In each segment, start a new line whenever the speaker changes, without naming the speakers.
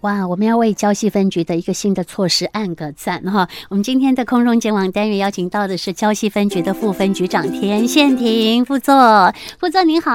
哇，我们要为礁溪分局的一个新的措施按个赞哈！我们今天的空中前往单元邀请到的是礁溪分局的副分局长田宪庭副座，副座您好。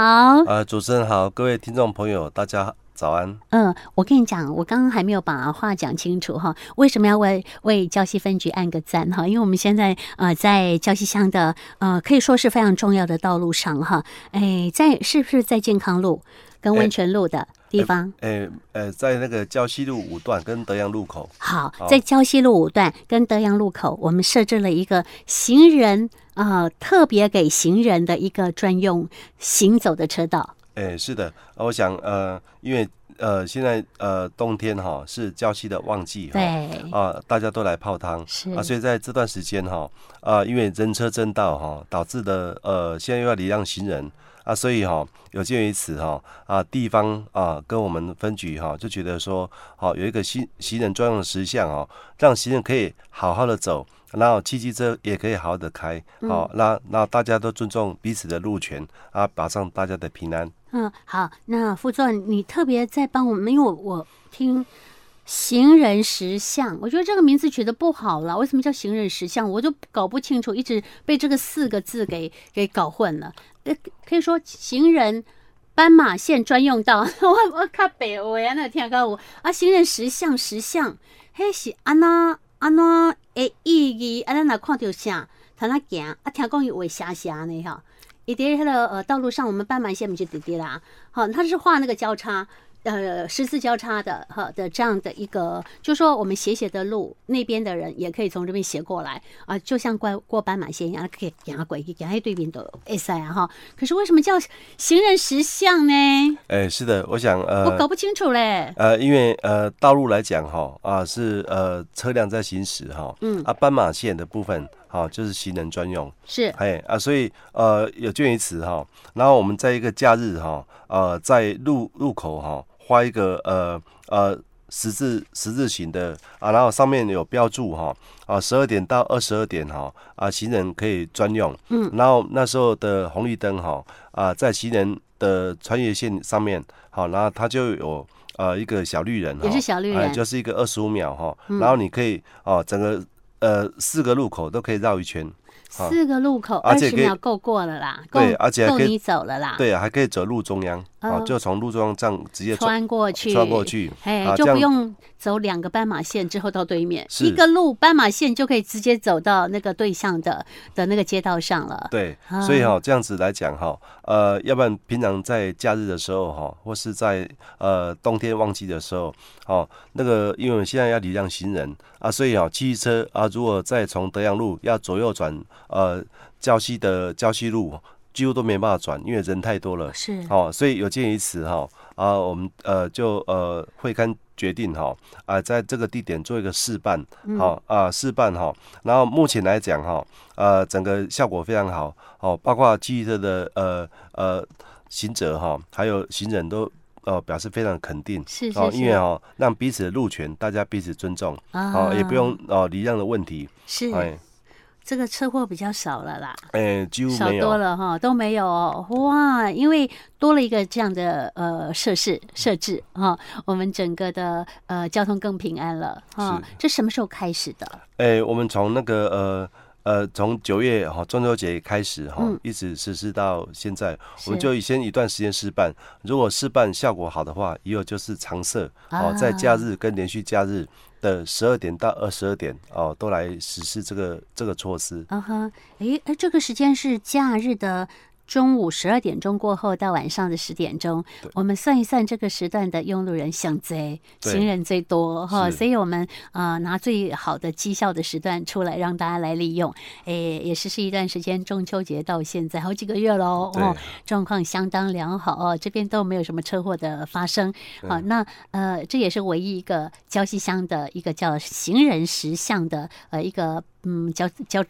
呃，主持人好，各位听众朋友，大家早安。
嗯，我跟你讲，我刚刚还没有把话讲清楚哈。为什么要为为礁溪分局按个赞哈？因为我们现在呃在礁溪乡的呃可以说是非常重要的道路上哈，哎，在是不是在健康路跟温泉路的地方？
诶、呃，在那个礁溪路五段跟德阳路口，
好，
好
在礁溪路五段跟德阳路口，我们设置了一个行人呃特别给行人的一个专用行走的车道。
诶、是的，啊我想呃，因为呃现在呃冬天哈是礁溪的旺季哈，
对，
啊大家都来泡汤
是
啊，所以在这段时间哈啊，因为人车争道哈，导致的呃现在又要礼让行人啊，所以哈有鉴于此哈啊地方啊跟我们分局哈就觉得说好、有一个行行人专用的石像哦，让行人可以好好的走。然后汽机车也可以好好的开，
嗯
好、那那大家都尊重彼此的路权啊，保障大家的平安。
嗯，好，那副座你特别在帮我们，因为我我听。行人石像，我觉得这个名字取得不好了，为什么叫行人石像？我就搞不清楚，一直被这个四个字给给搞混了。呃，可以说行人斑马线专用道， 我我靠北我呀，那天啊，我啊行人石像石像，嘿是安那安那诶意义，安那若看到啥，他那行啊，听讲有画虾虾呢吼。伊伫迄个呃道路上，我们斑马线不就滴滴啦？啊好、它是画那个交叉，呃十字交叉的哈的这样的一个，就说我们斜斜的路那边的人也可以从这边斜过来啊、就像过过斑马线一样，可以行过去，行去对面都会塞啊哈。可是为什么叫行人石像呢？
哎，是的，我想呃，
我搞不清楚嘞。
呃，因为呃，道路来讲哈啊是呃车辆在行驶哈，
嗯
啊斑马线的部分哈、就是行人专用，
是
哎啊，所以呃有鉴于此哈，然后我们在一个假日哈，呃在路路口哈画一个呃呃十字十字形的啊，然后上面有标注哈啊十二点到二十二点哈啊行人可以专用，
嗯，
然后那时候的红绿灯哈啊在行人的穿越线上面好，然后它就有。呃，一个小绿人哈，
也是小绿
哎
人嗯
就是一个二十五秒哈，然后你可以哦，整个呃四个路口都可以绕一圈，好
四个路口
而
二
且
十
可以
秒够过了啦，够
对而且还
够
可以
你走了啦，
对，还可以走路中央啊、
哦
就从路中央这样直接穿
穿过去，
穿过去。
哎、
啊
就
这
不
样
用走两个斑马线之后到对面，
是
一个路斑马线就可以直接走到那个对象的的那个街道上了。
对
啊，
所以哈、这样子来讲哈、呃，要不然平常在假日的时候哈、或是在呃冬天旺季的时候，哦，那个因为我们现在要礼让行人啊，所以哈、汽车啊，如果再从德阳路要左右转，呃，胶西的胶西路几乎都没办法转，因为人太多了。
是，
哦，所以有鉴于此哈、啊，我们呃就呃会刊决定哈啊、在这个地点做一个试办，
嗯
好、啊试办哈、然后目前来讲哈、呃整个效果非常好，哦，包括记忆车的呃呃行者哈、还有行人都呃表示非常肯定。
是是
哦，
是，
因为哦，让彼此的路权，大家彼此尊重，
啊
哦，也不用哦礼让的问题，
是、
哎
这个车祸比较少了啦。
哎，几乎
少
没
多
有，
了哈，都没有哦哇！因为多了一个这样的呃设施设置哈、我们整个的呃交通更平安了哈、
是
这什么时候开始的？
哎，我们从那个呃呃，从九月哈、中秋节开始哈、
嗯
一直实施到现在，我们
是
就先一段时间试办。如果试办效果好的话，以后就是常设
啊
哦、在假日跟连续假日的十二点到二十二点哦，都来实施这个这个措施。
啊哈，诶，哎，这个时间是假日的中午十二点钟过后到晚上的十点钟，我们算一算这个时段的用路人相贼，
对
行人最多哈，
是
所以我们呃拿最好的绩效的时段出来让大家来利用，诶，也是是一段时间，中秋节到现在好几个月喽，
对
哦，状况相当良好哦，这边都没有什么车祸的发生。
嗯
好、那呃，这也是唯一一个礁溪乡的一个叫行人石像的呃一个嗯交交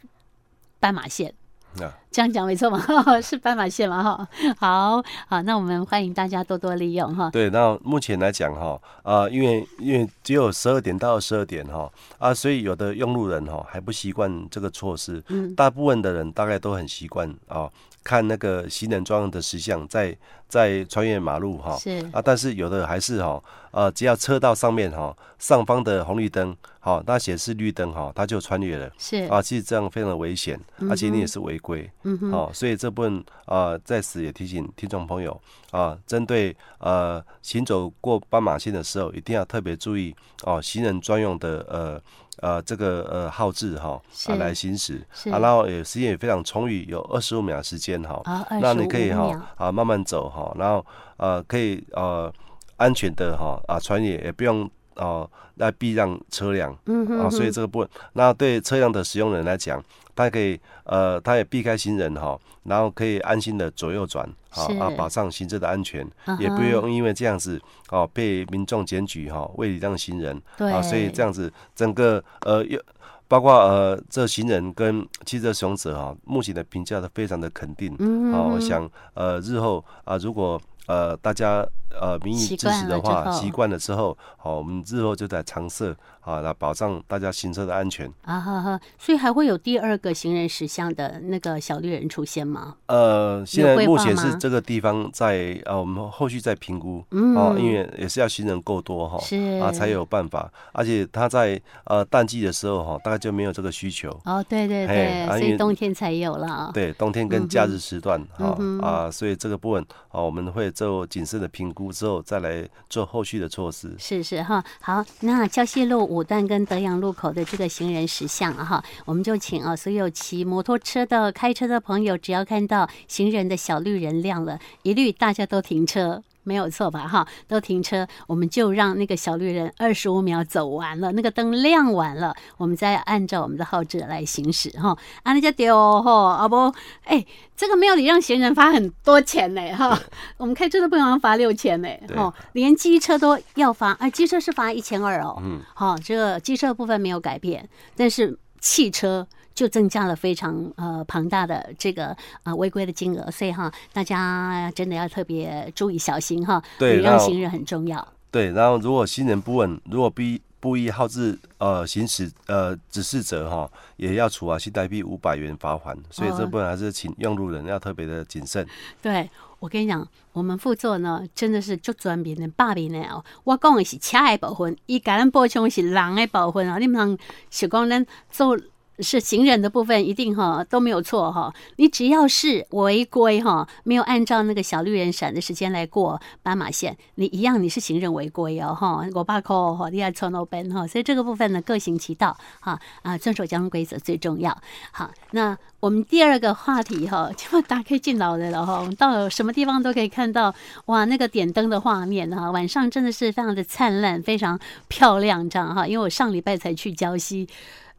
斑马线。
啊
这样讲没错嘛， 是斑马线嘛哈。好好，那我们欢迎大家多多利用哈。
对，那目前来讲哈，啊、因为因为只有十二点到二十二点哈，啊，所以有的用路人哈还不习惯这个措施，
嗯
大部分的人大概都很习惯啊，看那个行人专用的石像在在穿越马路哈、
是
啊，但是有的还是哈、呃，只要车道上面哈、上方的红绿灯好、那显示绿灯哈、它就穿越了。
是
啊，其实这样非常的危险，而且你也是违规，嗯哼，哦，所以这部分啊、呃在此也提醒听众朋友啊、针对呃行走过斑马线的时候，一定要特别注意哦、行人专用的呃呃这个呃号志哈、
是
啊来行驶
是
啊，然后也时间也非常充裕，有二十五秒时间哈、
啊，二
那
十
你可以
五
哈
秒，
啊慢慢走哈，然后呃可以呃安全的哈啊穿越，也不用哦来避让车辆，
嗯哼
啊，所以
哼
这个部分，那对车辆的使用人来讲，他可以呃他也避开行人哈，然后可以安心的左右转啊
是
啊保障行车的安全，
啊
也不
哈
用因为这样子哦被民众检举哈未礼让行人
对
啊，所以这样子整个呃又。包括呃，这行人跟汽车使用者哈、哦目前的评价都非常的肯定。
嗯
啊，
哼
我
哼
想呃，日后啊、如果呃大家呃民意
习
支持
惯
的
了之
话，
后
习惯了之后，好、我们日后就在常设啊，来保障大家行车的安全。
啊哈哈，所以还会有第二个行人石像的那个小绿人出现吗？
呃，现
有
在
规
目
划
前是
吗
这个地方在呃，我们后续在评估
嗯，
哦、因为也是要行人够多哈、
是
啊才有办法，而且它在呃淡季的时候哈、大概就没有这个需求。
哦，对对
嘿
对，
啊
所
因
以
为
冬天才有了。啊
对，冬天跟假日时段哈、
嗯嗯哼
啊，所以这个部分啊，我们会做谨慎的评估之后，再来做后续的措施。
是是哈，好，那胶西路五段跟德阳路口的这个行人石像啊哈，我们就请啊所有骑摩托车的、开车的朋友，只要看到行人的小绿人亮了，一律大家都停车。没有错吧？哈，都停车，我们就让那个小绿人二十五秒走完了，那个灯亮完了，我们再按照我们的号志来行驶哈。啊，那叫丢哈，啊不，哎，这个庙里让行人罚很多钱呢哈，我们开车的不能罚六千呢，
对
哦，连机车都要罚，哎，机车是罚一千二哦，嗯，好、这个机车的部分没有改变，但是汽车。就增加了非常呃庞大的这个呃违规的金额，所以哈，大家真的要特别注意小心哈。
对
礼让
那
行人很重要。
对，然后如果行人不稳，如果逼不依好自呃行驶呃指示者哈，也要处啊新台币五百元罚款，所以
哦
这部分还是请用路人要特别的谨慎。
对我跟你讲，我们副座呢真的是足专民的、霸民的哦。我讲的是车的部分，伊甲咱补充是人的部分啊。你们通是讲咱做是行人的部分，一定哈都没有错哈。你只要是违规哈，没有按照那个小绿人闪的时间来过斑马线，你一样你是行人违规哦哈。我爸扣哈，你要穿路边哈，所以这个部分呢各行其道哈啊，遵守交通规则最重要。好，那我们第二个话题哈、就打开敬老的了哈、我们到什么地方都可以看到哇，那个点灯的画面哈、晚上真的是非常的灿烂，非常漂亮这样哈、因为我上礼拜才去礁溪。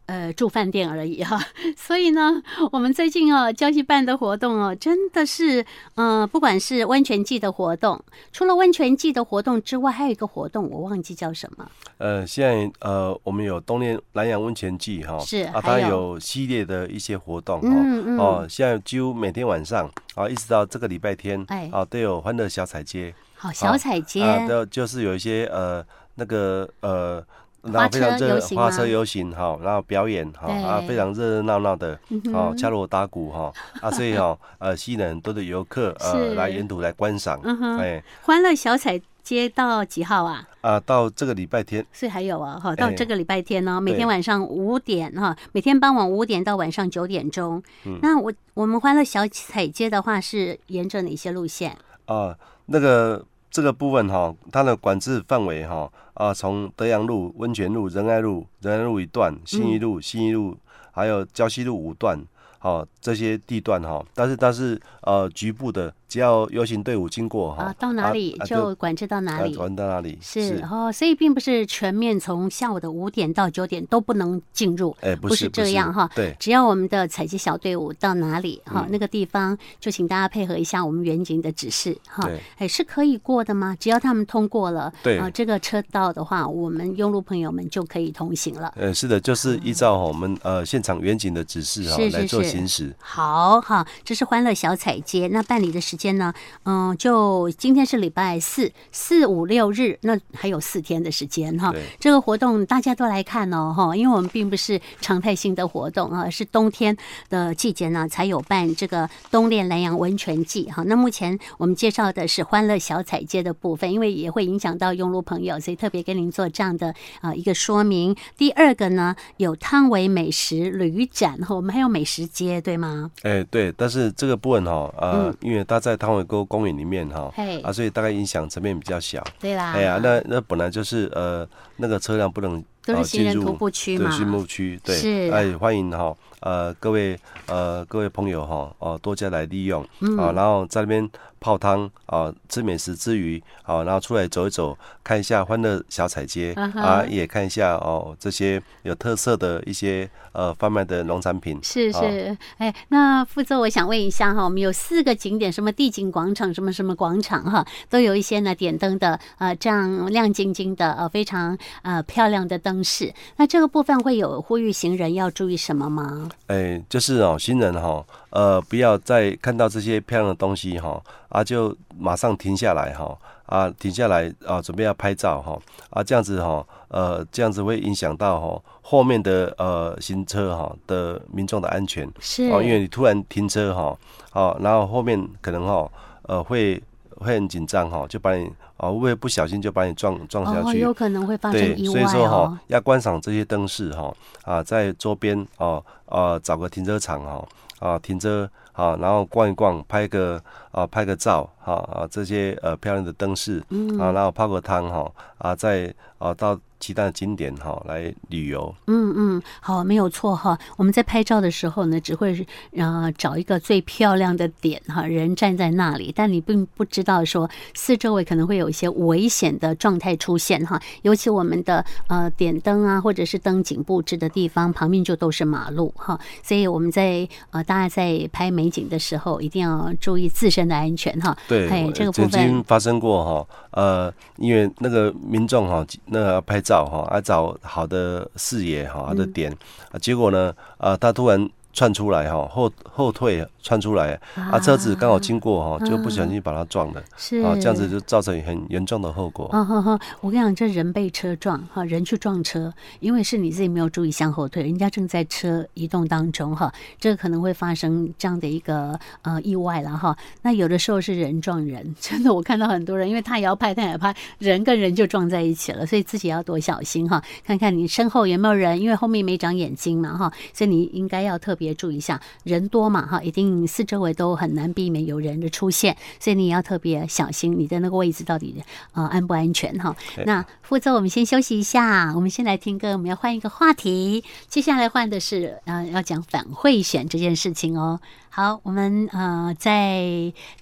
呃，住饭店而已哈、 所以呢，我们最近哦，礁溪办的活动哦，真的是，呃，不管是温泉季的活动，除了温泉季的活动之外，还有一个活动我忘记叫什么，
呃，现在呃我们有冬天南洋温泉季哈，
是
啊，
还
它
有
有系列的一些活动哈。
嗯嗯
哦，现在几乎每天晚上啊，一直到这个礼拜天，
哎
啊，都有欢乐小彩街，
好，小彩街，
啊，都就是有一些呃那个呃，然
花
后非常
车
热
游行
花
吗
车游行哈，然后表演哈啊，
对嗯
非常热热闹闹的哦，敲锣打鼓哈啊，所以哈呃吸引了很多的游客
是
呃来沿途来观赏，
嗯哼
哎
欢乐小彩街到几号啊？
啊，到这个礼拜天
所以还有啊，哈，到
哎
这个礼拜天呢、每
对
天晚上五点哈，每天傍晚五点到晚上九点钟。
嗯
那我我们欢乐小彩街的话是沿着哪些路线？
啊，那个这个部分哈，它的管制范围哈啊，从德阳路、温泉路、仁爱路、仁爱路一段、信义
嗯
路、信义路，还有礁溪路五段，好、这些地段哈，但是它是呃局部的，只要游行队伍经过哈、
啊，到哪里
啊啊
就管制到哪
啊
里。
转到哪里
是哦，所以并不是全面从下午的五点到九点都不能进入，
哎、不
不
是
是这样哈
对，
只要我们的采集小队伍到哪里哈，
嗯
那个地方就请大家配合一下我们远景的指示哈
对，
哎是可以过的吗？只要他们通过了，
对
啊、这个车道的话，我们用路朋友们就可以通行了。
呃，是的，就是依照我们呃现场远景的指示哈
是是
来做
是
行驶。
好哈，这是欢乐小彩街，那办理的时间呢，嗯，就今天是礼拜四，四五六日，那还有四天的时间哈。
对
这个活动大家都来看哦，哈，因为我们并不是常态性的活动啊，是冬天的季节呢才有办这个冬恋南洋温泉季哈。那目前我们介绍的是欢乐小彩街的部分，因为也会影响到用路朋友，所以特别跟您做这样的啊一个说明。第二个呢，有汤唯美食旅展哈，我们还有美食街对吗？
哎、对，但是这个部分哈，呃，
嗯
因为它在汤尾沟公园里面哈，
嘿啊
啊，所以大概影响层面比较小。
对啦，
哎呀，那那本来就是呃，那个车辆不能
都是
呃
行
进
人
入
徒步区
对，
嘛，
畜牧区，对，
是
哎，欢迎哈，呃，各位呃，各位朋友哈，哦、多加来利用，
嗯
啊，然后在那边泡汤啊、吃美食之余，啊，然后出来走一走，看一下欢乐小彩街、
嗯哼
啊，也看一下哦这些有特色的一些呃贩卖的农产品，
是
啊
是，哎，那副座，我想问一下哈，我们有四个景点，什么地景广场，什么什么广场哈，都有一些呢点灯的呃这样亮晶晶的呃非常呃漂亮的灯饰。那这个部分会有呼吁行人要注意什么吗？
哎、就是哦，新人哈、呃，不要再看到这些漂亮的东西哈、啊，就马上停下来哈、啊，停下来啊，准备要拍照哈、啊，这样子哈、呃，这样子会影响到哈、后面的呃行车哈、的民众的安全
是，
哦、因为你突然停车哈，哦、然后后面可能哈、呃会会很紧张哈，就把你啊，会不会不小心就把你撞撞下
哦，
去？
有可能会发
对
生，意
所
外
以说哈、
哦。
要观赏这些灯饰哈啊，在周边哦啊找个停车场哈啊停车啊，然后逛一逛，拍个啊拍个照哈啊这些呃漂亮的灯饰
嗯
啊，然后泡个汤哈啊，再啊到其他的景点哈、来旅游。
嗯嗯，好，没有错哈。我们在拍照的时候呢，只会呃找一个最漂亮的点哈，人站在那里，但你并不知道说四周围可能会有一些危险的状态出现哈。尤其我们的呃点灯啊，或者是灯景布置的地方旁边就都是马路哈，所以我们在呃大家在拍美景的时候，一定要注意自身的安全哈。
对
嘿，
我
这个部
曾经
分
发生过哈，呃，因为那个民众哈，那个拍照哈，啊找好的视野
嗯
哈，好的点，啊结果呢，啊他突然窜出来哈，后后退窜出来，啊车子刚好经过哈，就不小心把他撞了，
是
啊这样子就造成很严重的后果。
哦呵呵，我跟你讲，这人被车撞哈，人去撞车，因为是你自己没有注意向后退，人家正在车移动当中哈，这可能会发生这样的一个呃意外了哈。那有的时候是人撞人， 真的我看到很多人，因为他也要拍，他也拍，人跟人就撞在一起了，所以自己要多小心哈，看看你身后有没有人，因为后面没长眼睛嘛哈，所以你应该要特别注意一下，人多嘛哈，一定四周围都很难避免有人的出现，所以你也要特别小心你的那个位置到底呃安不安全哈。
对
那副座，我们先休息一下，我们先来听歌，我们要换一个话题，接下来换的是呃要讲反贿选这件事情哦。好，我们呃在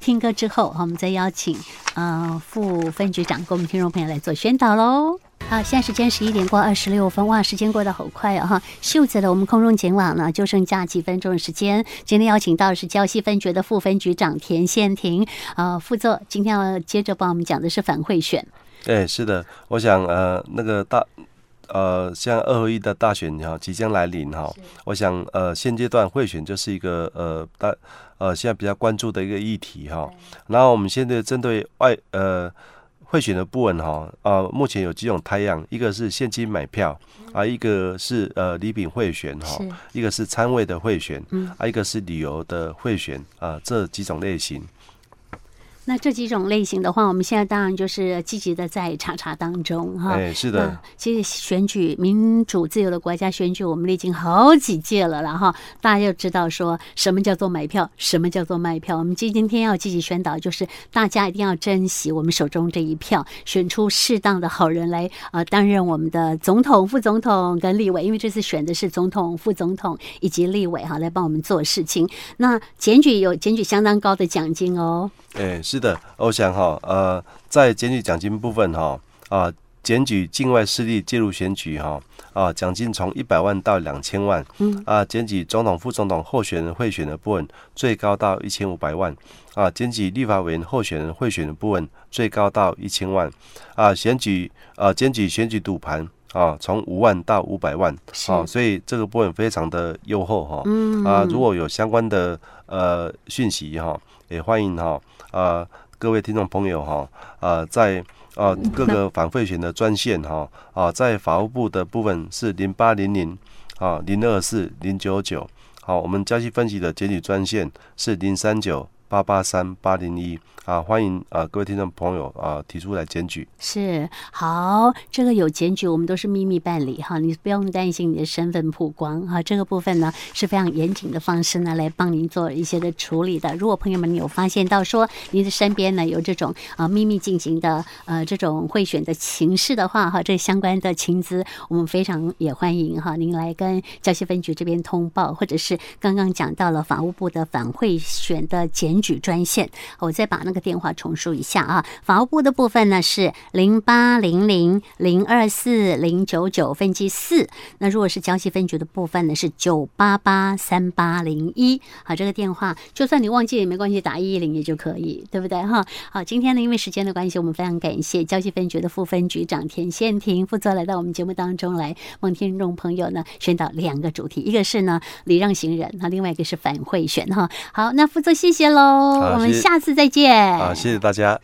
听歌之后，我们再邀请呃副分局长跟我们听众朋友来做宣导喽。好，现在时间十一点过二十六分，哇，时间过得好快啊！哈，秀子的我们空中前往呢，就剩下几分钟的时间。今天邀请到的是胶西分局的副分局长田宪庭，呃，副座，今天要接着帮我们讲的是反贿选。
对，哎是的，我想呃那个大。呃，像二合一的大选哈即将来临哈，我想呃现阶段贿选就是一个呃大呃现在比较关注的一个议题哈。然后我们现在针对外呃贿选的部分哈，呃目前有几种太样，一个是现金买票啊，一个是呃礼品贿选哈，
嗯是
一个是餐位的贿选
嗯，
啊一个是旅游的贿选啊，这几种类型。
那这几种类型的话，我们现在当然就是积极的在查查当中哈。
哎，是的
啊那，其实选举民主自由的国家选举，我们历经好几届了啦哈，大家就知道说什么叫做买票，什么叫做卖票。我们今今天要积极宣导，就是大家一定要珍惜我们手中这一票，选出适当的好人来呃担任我们的总统、副总统跟立委，因为这次选的是总统、副总统以及立委哈，来帮我们做事情。那检举有检举相当高的奖金哦，
哎，是的，我想哈，呃，在检举奖金部分哈，啊，检举境外势力介入选举哈，啊，奖金从一百万到两千万，
嗯，
啊，检举总统、副总统候选人贿选的部分最高到一千五百万，啊，检举立法委员候选人呃贿选的部分最高到一千万，啊，选举啊，检举选举赌盘啊，从五万到五百万
是
啊，所以这个部分非常的优厚哈。
嗯
啊，如果有相关的呃讯息哈、也欢迎哈啊、各位听众朋友哈啊、在啊、各个反贿选的专线哈啊、在法务部的部分是零八零零啊零二四零九九，好，我们交期分析的检举专线是零三九。八八三八零一啊，欢迎啊各位听众朋友啊提出来检举。
是好，这个有检举，我们都是秘密办理哈，你不用担心你的身份曝光哈。这个部分呢是非常严谨的方式呢来帮您做一些的处理的。如果朋友们你有发现到说您的身边呢有这种啊、秘密进行的呃这种贿选的情势的话哈，这相关的情资我们非常也欢迎哈您来跟教协分局这边通报，或者是刚刚讲到了法务部的反贿选的检举专线。我再把那个电话重述一下啊。法务部的部分呢是零八零零零二四零九九分机四，那如果是交西分局的部分呢是九八八三八零一。好，这个电话就算你忘记也没关系，打一一零也就可以，对不对哈？好，今天呢因为时间的关系，我们非常感谢交西分局的副分局长田宪庭副座来到我们节目当中来，帮听众朋友呢宣导两个主题，一个是呢礼让行人，那另外一个是反贿选哈。好，那副座谢谢喽，
好
我们
谢谢
下次再见。
啊，谢谢大家。